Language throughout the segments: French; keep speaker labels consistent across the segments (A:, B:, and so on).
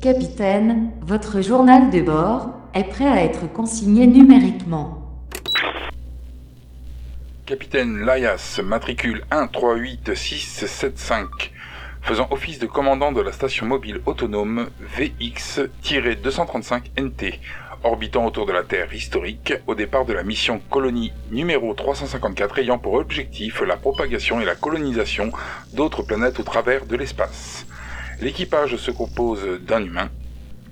A: Capitaine, votre journal de bord est prêt à être consigné numériquement.
B: Capitaine Laias, matricule 138675, faisant office de commandant de la station mobile autonome VX-235NT, orbitant autour de la Terre historique au départ de la mission colonie numéro 354 ayant pour objectif la propagation et la colonisation d'autres planètes au travers de l'espace. L'équipage se compose d'un humain,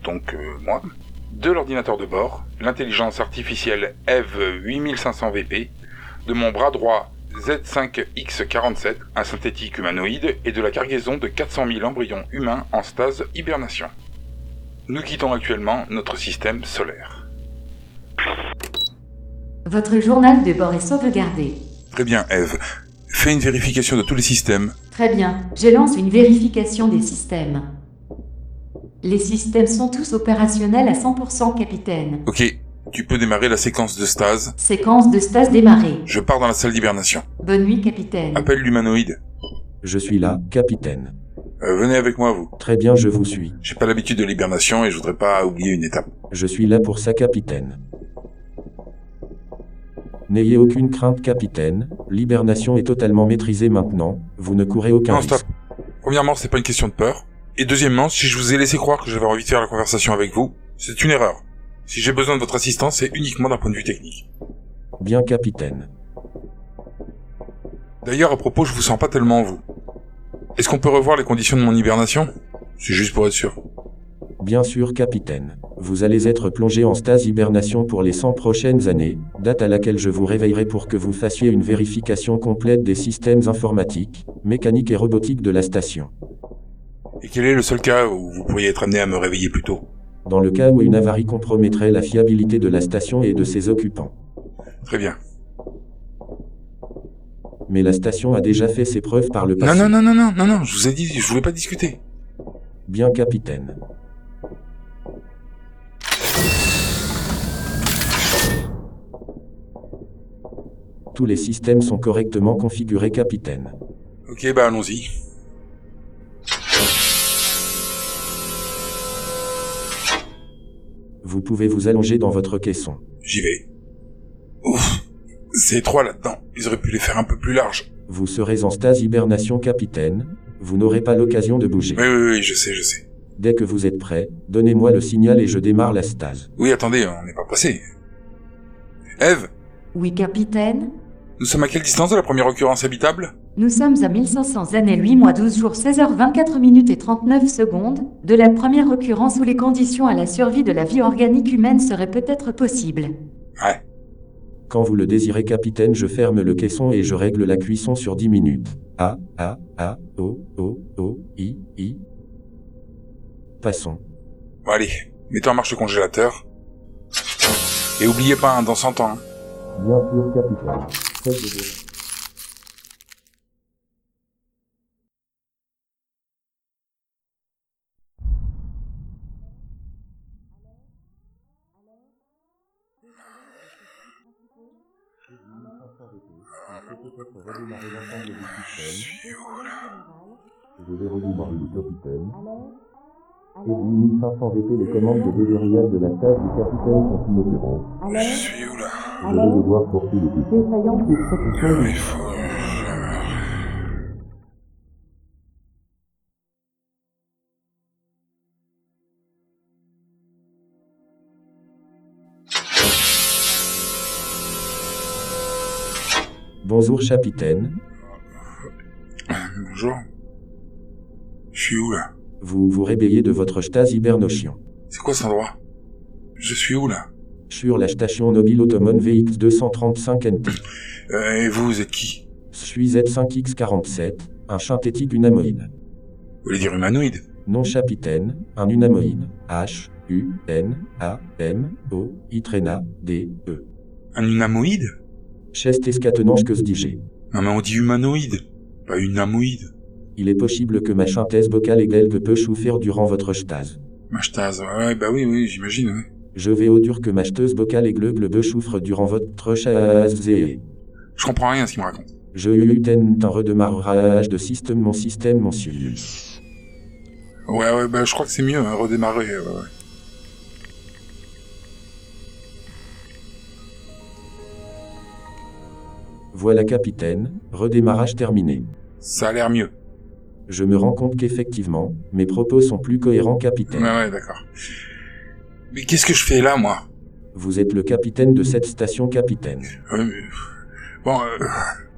B: donc euh, moi, de l'ordinateur de bord, l'intelligence artificielle EVE 8500 VP, de mon bras droit Z5X47, un synthétique humanoïde, et de la cargaison de 400 000 embryons humains en stase hibernation. Nous quittons actuellement notre système solaire.
A: Votre journal de bord est sauvegardé.
B: Très bien, Eve. Fais une vérification de tous les systèmes.
A: Très bien, je lance une vérification des systèmes. Les systèmes sont tous opérationnels à 100% capitaine.
B: Ok, tu peux démarrer la séquence de stase.
A: Séquence de stase démarrée.
B: Je pars dans la salle d'hibernation.
A: Bonne nuit capitaine.
B: Appelle l'humanoïde.
C: Je suis là, capitaine.
B: Euh, venez avec moi, vous.
C: Très bien, je vous suis.
B: J'ai pas l'habitude de l'hibernation et je voudrais pas oublier une étape.
C: Je suis là pour ça, capitaine. N'ayez aucune crainte, capitaine. L'hibernation est totalement maîtrisée maintenant. Vous ne courez aucun
B: Non,
C: risque.
B: stop. Premièrement, c'est pas une question de peur. Et deuxièmement, si je vous ai laissé croire que j'avais envie de faire la conversation avec vous, c'est une erreur. Si j'ai besoin de votre assistance, c'est uniquement d'un point de vue technique.
C: Bien, capitaine.
B: D'ailleurs, à propos, je vous sens pas tellement vous. Est-ce qu'on peut revoir les conditions de mon hibernation C'est juste pour être sûr.
C: Bien sûr, capitaine. Vous allez être plongé en stase hibernation pour les 100 prochaines années, date à laquelle je vous réveillerai pour que vous fassiez une vérification complète des systèmes informatiques, mécaniques et robotiques de la station.
B: Et quel est le seul cas où vous pourriez être amené à me réveiller plus tôt
C: Dans le cas où une avarie compromettrait la fiabilité de la station et de ses occupants.
B: Très bien.
C: Mais la station a déjà fait ses preuves par le
B: Non,
C: passé.
B: non, non, non, non, non, non, je vous ai dit, je voulais pas discuter.
C: Bien, capitaine. Tous les systèmes sont correctement configurés, capitaine.
B: Ok, bah allons-y.
C: Vous pouvez vous allonger dans votre caisson.
B: J'y vais. Ouf, c'est étroit là-dedans. Ils auraient pu les faire un peu plus larges.
C: Vous serez en stase hibernation, capitaine. Vous n'aurez pas l'occasion de bouger.
B: Oui, oui, oui, je sais, je sais.
C: Dès que vous êtes prêt, donnez-moi le signal et je démarre la stase.
B: Oui, attendez, on n'est pas pressé. Eve,
A: Oui capitaine,
B: nous sommes à quelle distance de la première occurrence habitable
A: nous sommes à 1500 années 8 mois 12 jours 16h24 minutes et 39 secondes de la première occurrence où les conditions à la survie de la vie organique humaine seraient peut-être possibles.
B: Ouais.
C: Quand vous le désirez, capitaine, je ferme le caisson et je règle la cuisson sur 10 minutes. A, A, A, O, O, O, I, I. Passons.
B: Bon, allez, mettez en marche le congélateur. Et oubliez pas, hein, dans 100 ans. hein.
C: Bien sûr, capitaine. Faites de vos- Je vais redémarrer le capitaine. Et 8500 VP, les commandes de déverrouillage de la tâche du capitaine sont inopérantes.
B: Je suis où là
C: Je vais devoir porter le coup.
B: Euh, Il faut.
C: Bonjour, capitaine.
B: Bonjour. Je suis où là
C: Vous vous réveillez de votre stase hibernochion.
B: C'est quoi cet endroit Je suis où là
C: Sur la station mobile automone VX235NT.
B: Euh, Et vous, vous êtes qui
C: Je suis Z5X47, un synthétique unamoïde.
B: Vous voulez dire humanoïde
C: Non chapitaine, un unamoïde. H, U, N, A, M, O, I, Tréna, D, E.
B: Un unamoïde
C: Chest escatenange que se dis-je.
B: Non mais on dit humanoïde, pas unamoïde.
C: Il est possible que ma synthèse vocale égale que peut chouffer durant votre stase.
B: Mashtaz, ouais, ouais, bah oui, oui, j'imagine, ouais.
C: Je vais au dur que ma steuse vocale églegle peut chouffer durant votre stase.
B: Je comprends rien à ce qu'il me raconte.
C: Je eu un redemarrage de système mon système mon sul.
B: Ouais, ouais, bah, je crois que c'est mieux, hein, redémarrer. ouais, ouais.
C: Voilà capitaine, redémarrage terminé.
B: Ça a l'air mieux.
C: Je me rends compte qu'effectivement, mes propos sont plus cohérents
B: Ouais,
C: capitaine.
B: ouais, d'accord. Mais qu'est-ce que je fais là, moi
C: Vous êtes le capitaine de cette station capitaine.
B: Ouais, mais- Bon, euh,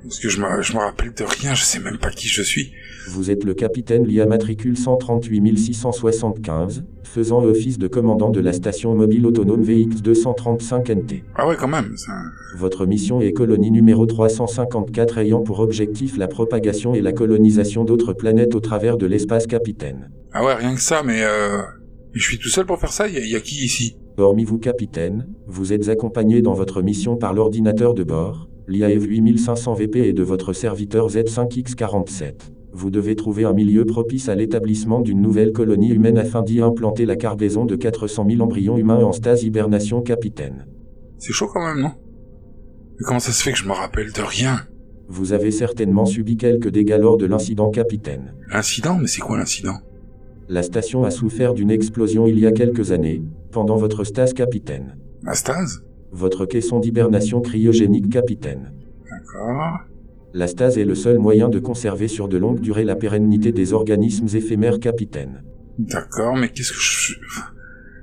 B: parce que je me, je me rappelle de rien, je sais même pas qui je suis.
C: Vous êtes le capitaine lié à matricule 138675, faisant office de commandant de la station mobile autonome VX235NT.
B: Ah ouais, quand même. ça-
C: Votre mission est colonie numéro 354 ayant pour objectif la propagation et la colonisation d'autres planètes au travers de l'espace capitaine.
B: Ah ouais, rien que ça, mais euh, je suis tout seul pour faire ça. Il y, a- y a qui ici
C: Hormis vous capitaine, vous êtes accompagné dans votre mission par l'ordinateur de bord, l'IAF 8500VP et de votre serviteur Z5X47. Vous devez trouver un milieu propice à l'établissement d'une nouvelle colonie humaine afin d'y implanter la cargaison de 400 000 embryons humains en stase hibernation capitaine.
B: C'est chaud quand même, non Mais comment ça se fait que je me rappelle de rien
C: Vous avez certainement subi quelques dégâts lors de l'incident capitaine.
B: L'incident, mais c'est quoi l'incident
C: La station a souffert d'une explosion il y a quelques années, pendant votre stase capitaine.
B: Ma stase
C: Votre caisson d'hibernation cryogénique capitaine.
B: D'accord.
C: La stase est le seul moyen de conserver sur de longues durées la pérennité des organismes éphémères capitaine.
B: D'accord, mais qu'est-ce que je...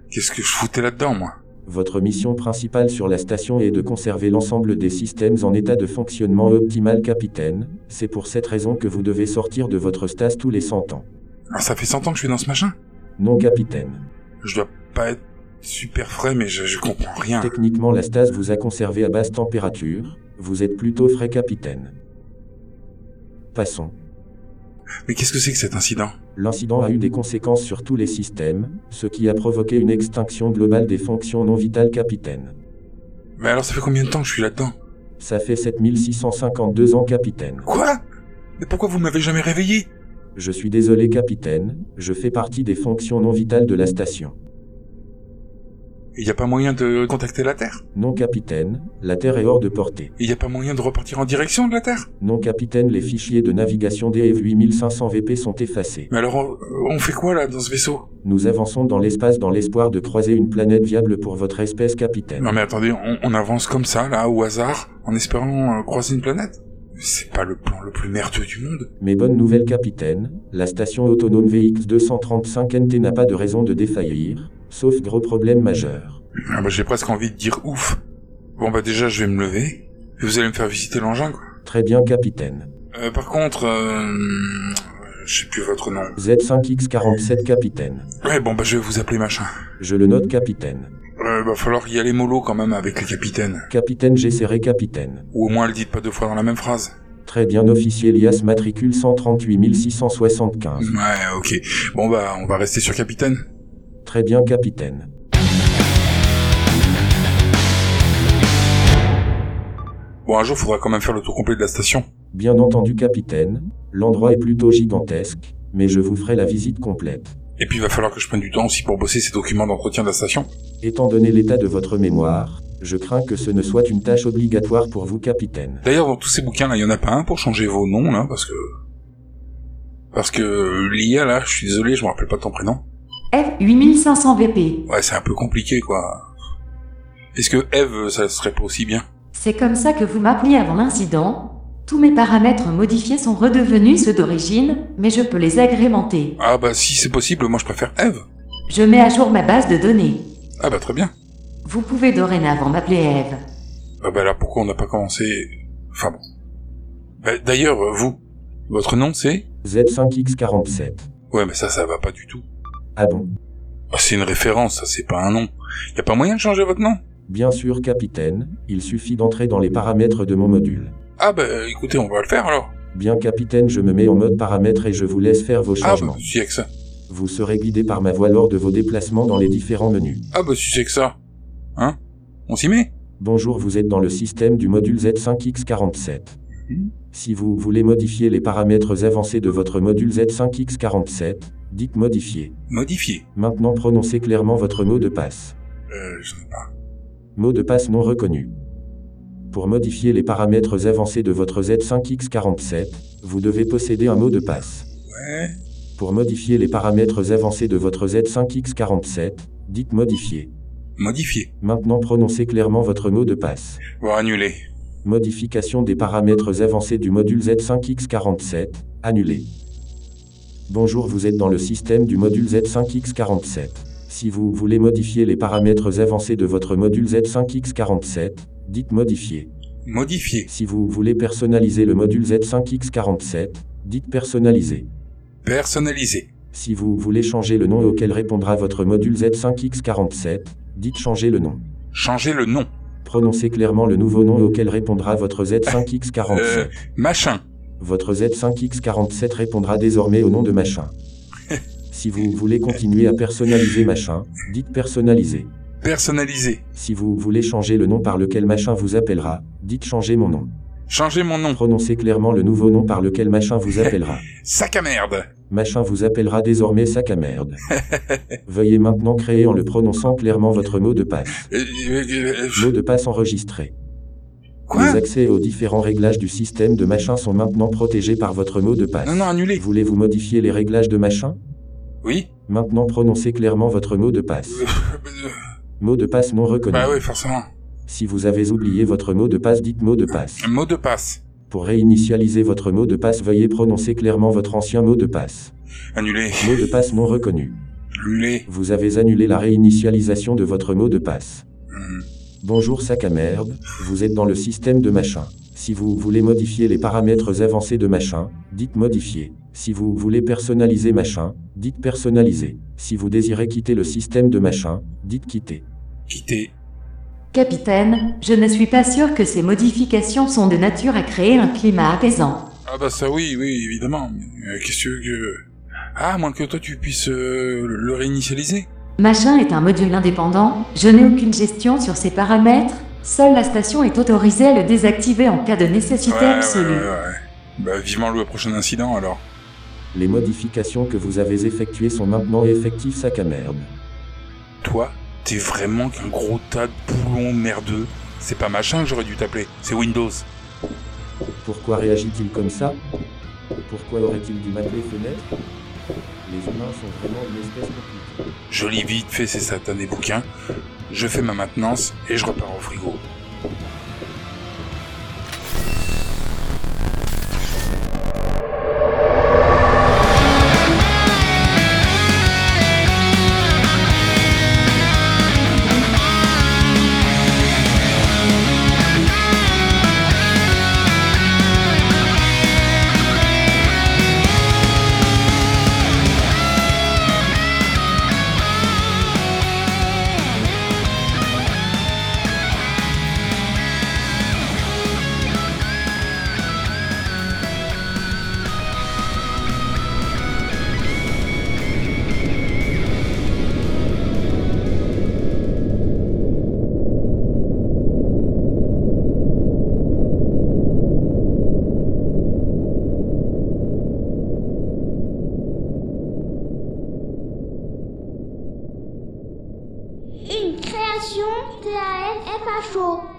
B: Qu'est-ce que je foutais là-dedans, moi
C: Votre mission principale sur la station est de conserver l'ensemble des systèmes en état de fonctionnement optimal capitaine, c'est pour cette raison que vous devez sortir de votre stase tous les 100 ans.
B: Alors ça fait 100 ans que je suis dans ce machin
C: Non capitaine.
B: Je dois pas être super frais, mais je, je comprends rien.
C: Techniquement la stase vous a conservé à basse température, vous êtes plutôt frais capitaine. Passons.
B: Mais qu'est-ce que c'est que cet incident
C: L'incident a eu des conséquences sur tous les systèmes, ce qui a provoqué une extinction globale des fonctions non vitales capitaine.
B: Mais alors ça fait combien de temps que je suis là-dedans
C: Ça fait 7652 ans capitaine.
B: Quoi Mais pourquoi vous m'avez jamais réveillé
C: Je suis désolé capitaine, je fais partie des fonctions non vitales de la station.
B: Il y a pas moyen de contacter la Terre
C: Non capitaine, la Terre est hors de portée.
B: Il y a pas moyen de repartir en direction de la Terre
C: Non capitaine, les fichiers de navigation DF 8500 VP sont effacés.
B: Mais alors on, on fait quoi là dans ce vaisseau
C: Nous avançons dans l'espace dans l'espoir de croiser une planète viable pour votre espèce capitaine.
B: Non mais attendez, on, on avance comme ça là au hasard en espérant euh, croiser une planète C'est pas le plan le plus merdeux du monde.
C: Mais bonne nouvelle capitaine, la station autonome VX235NT n'a pas de raison de défaillir, sauf gros problème majeur.
B: Ah bah, j'ai presque envie de dire ouf. Bon bah déjà je vais me lever et vous allez me faire visiter l'engin quoi.
C: Très bien capitaine.
B: Euh, par contre, euh, je sais plus votre nom.
C: Z5X47 capitaine.
B: Ouais bon bah je vais vous appeler machin.
C: Je le note capitaine.
B: Euh, va falloir y aller mollo quand même avec les capitaines.
C: Capitaine G serré capitaine.
B: Ou au moins le dites pas deux fois dans la même phrase.
C: Très bien officier lias matricule 138675.
B: Ouais, ok. Bon bah, on va rester sur Capitaine.
C: Très bien capitaine.
B: Bon, un jour, faudra quand même faire le tour complet de la station.
C: Bien entendu capitaine, l'endroit est plutôt gigantesque, mais je vous ferai la visite complète.
B: Et puis, il va falloir que je prenne du temps aussi pour bosser ces documents d'entretien de la station.
C: Étant donné l'état de votre mémoire, je crains que ce ne soit une tâche obligatoire pour vous, capitaine.
B: D'ailleurs, dans tous ces bouquins, là, il y en a pas un pour changer vos noms, là, parce que... Parce que l'IA, là, je suis désolé, je me rappelle pas ton prénom.
A: F8500VP.
B: Ouais, c'est un peu compliqué, quoi. Est-ce que Eve, ça serait pas aussi bien
A: C'est comme ça que vous m'appeliez avant l'incident. Tous mes paramètres modifiés sont redevenus ceux d'origine, mais je peux les agrémenter.
B: Ah bah, si c'est possible, moi, je préfère Eve.
A: Je mets à jour ma base de données.
B: Ah bah, très bien.
A: Vous pouvez dorénavant m'appeler Eve.
B: Ah bah, là, pourquoi on n'a pas commencé... Enfin, bon. Bah, D'ailleurs, vous, votre nom, c'est...
C: Z5X47.
B: Ouais, mais ça, ça va pas du tout.
C: Ah bon
B: Ah, c'est une référence, ça, c'est pas un nom. Y a pas moyen de changer votre nom
C: Bien sûr, capitaine, il suffit d'entrer dans les paramètres de mon module.
B: Ah bah écoutez, on va le faire alors.
C: Bien, capitaine, je me mets en mode paramètres et je vous laisse faire vos
B: Ah bah
C: changements.
B: si c'est que ça.
C: Vous serez guidé par ma voix lors de vos déplacements dans les différents menus.
B: Ah bah si c'est que ça. Hein On s'y met
C: Bonjour, vous êtes dans le système du module Z5X47.
B: Mhm.
C: Si vous voulez modifier les paramètres avancés de votre module Z5X47, dites modifier.
B: Modifier.
C: Maintenant prononcez clairement votre mot de passe.
B: Euh, je sais pas.
C: Mot de passe non reconnu. Pour modifier les paramètres avancés de votre Z5X47, vous devez posséder un mot de passe.
B: Ouais.
C: Pour modifier les paramètres avancés de votre Z5X47, dites modifier.
B: Modifier.
C: Maintenant prononcez clairement votre mot de passe.
B: Voire annuler.
C: Modification des paramètres avancés du module Z5X47, annulé. Bonjour, vous êtes dans le système du module Z5X47. Si vous voulez modifier les paramètres avancés de votre module Z5X47, dites modifier.
B: Modifier.
C: Si vous voulez personnaliser le module Z5X47, dites personnaliser.
B: Personnaliser.
C: Si vous voulez changer le nom auquel répondra votre module Z5X47, dites changer le nom.
B: Changer le nom.
C: Prononcez clairement le nouveau nom auquel répondra votre Z5X47.
B: Euh, machin.
C: Votre Z5X47 répondra désormais au nom de machin. si vous voulez continuer à personnaliser machin, dites personnaliser.
B: Personnaliser.
C: Si vous voulez changer le nom par lequel machin vous appellera, dites changer mon nom.
B: Changer mon nom.
C: Prononcez clairement le nouveau nom par lequel machin vous appellera.
B: Sac à merde.
C: Machin vous appellera désormais sac à merde. Veuillez maintenant créer en le prononçant clairement votre mot de passe.
B: Euh, euh, euh,
C: Mot de passe enregistré.
B: quoi
C: Les accès aux différents réglages du système de machin sont maintenant protégés par votre mot de passe.
B: Non, non, annuler.
C: Voulez-vous modifier les réglages de machin
B: Oui. Euh,
C: Maintenant prononcez clairement votre mot de passe. Mot de passe non reconnu.
B: Bah oui, forcément.
C: Si vous avez oublié votre mot de passe, dites mot de passe.
B: Mot de passe.
C: Pour réinitialiser votre mot de passe, veuillez prononcer clairement votre ancien mot de passe.
B: Annuler.
C: Mot de passe non reconnu.
B: Annuler.
C: Vous avez annulé la réinitialisation de votre mot de passe.
B: Hmm.
C: Bonjour sac à merde, vous êtes dans le système de machin. Si vous voulez modifier les paramètres avancés de machin, dites modifier. Si vous voulez personnaliser machin, dites personnaliser. Si vous désirez quitter le système de machin, dites quitter.
B: Quitter.
A: Capitaine, je ne suis pas sûr que ces modifications sont de nature à créer un climat apaisant.
B: Ah bah ça oui, oui, évidemment. Mais, euh, Qu'est-ce que... que- Ah, à moins que toi tu puisses euh, le réinitialiser.
A: Machin est un module indépendant, je n'ai aucune gestion sur ses paramètres, seule la station est autorisée à le désactiver en cas de nécessité absolue.
B: ouais. Bah vivement le prochain incident alors.
C: Les modifications que vous avez effectuées sont maintenant effectives sac à merde.
B: Toi, t'es vraiment qu'un gros tas de boulons merdeux. C'est pas machin que j'aurais dû t'appeler, c'est Windows.
C: Pourquoi réagit-il comme ça Pourquoi aurait-il dû m'appeler fenêtre Les humains sont vraiment une espèce compliquée.
B: Je lis vite fait ces satanés bouquins, je fais ma maintenance et je repars au frigo.
D: Une création TAF FHO.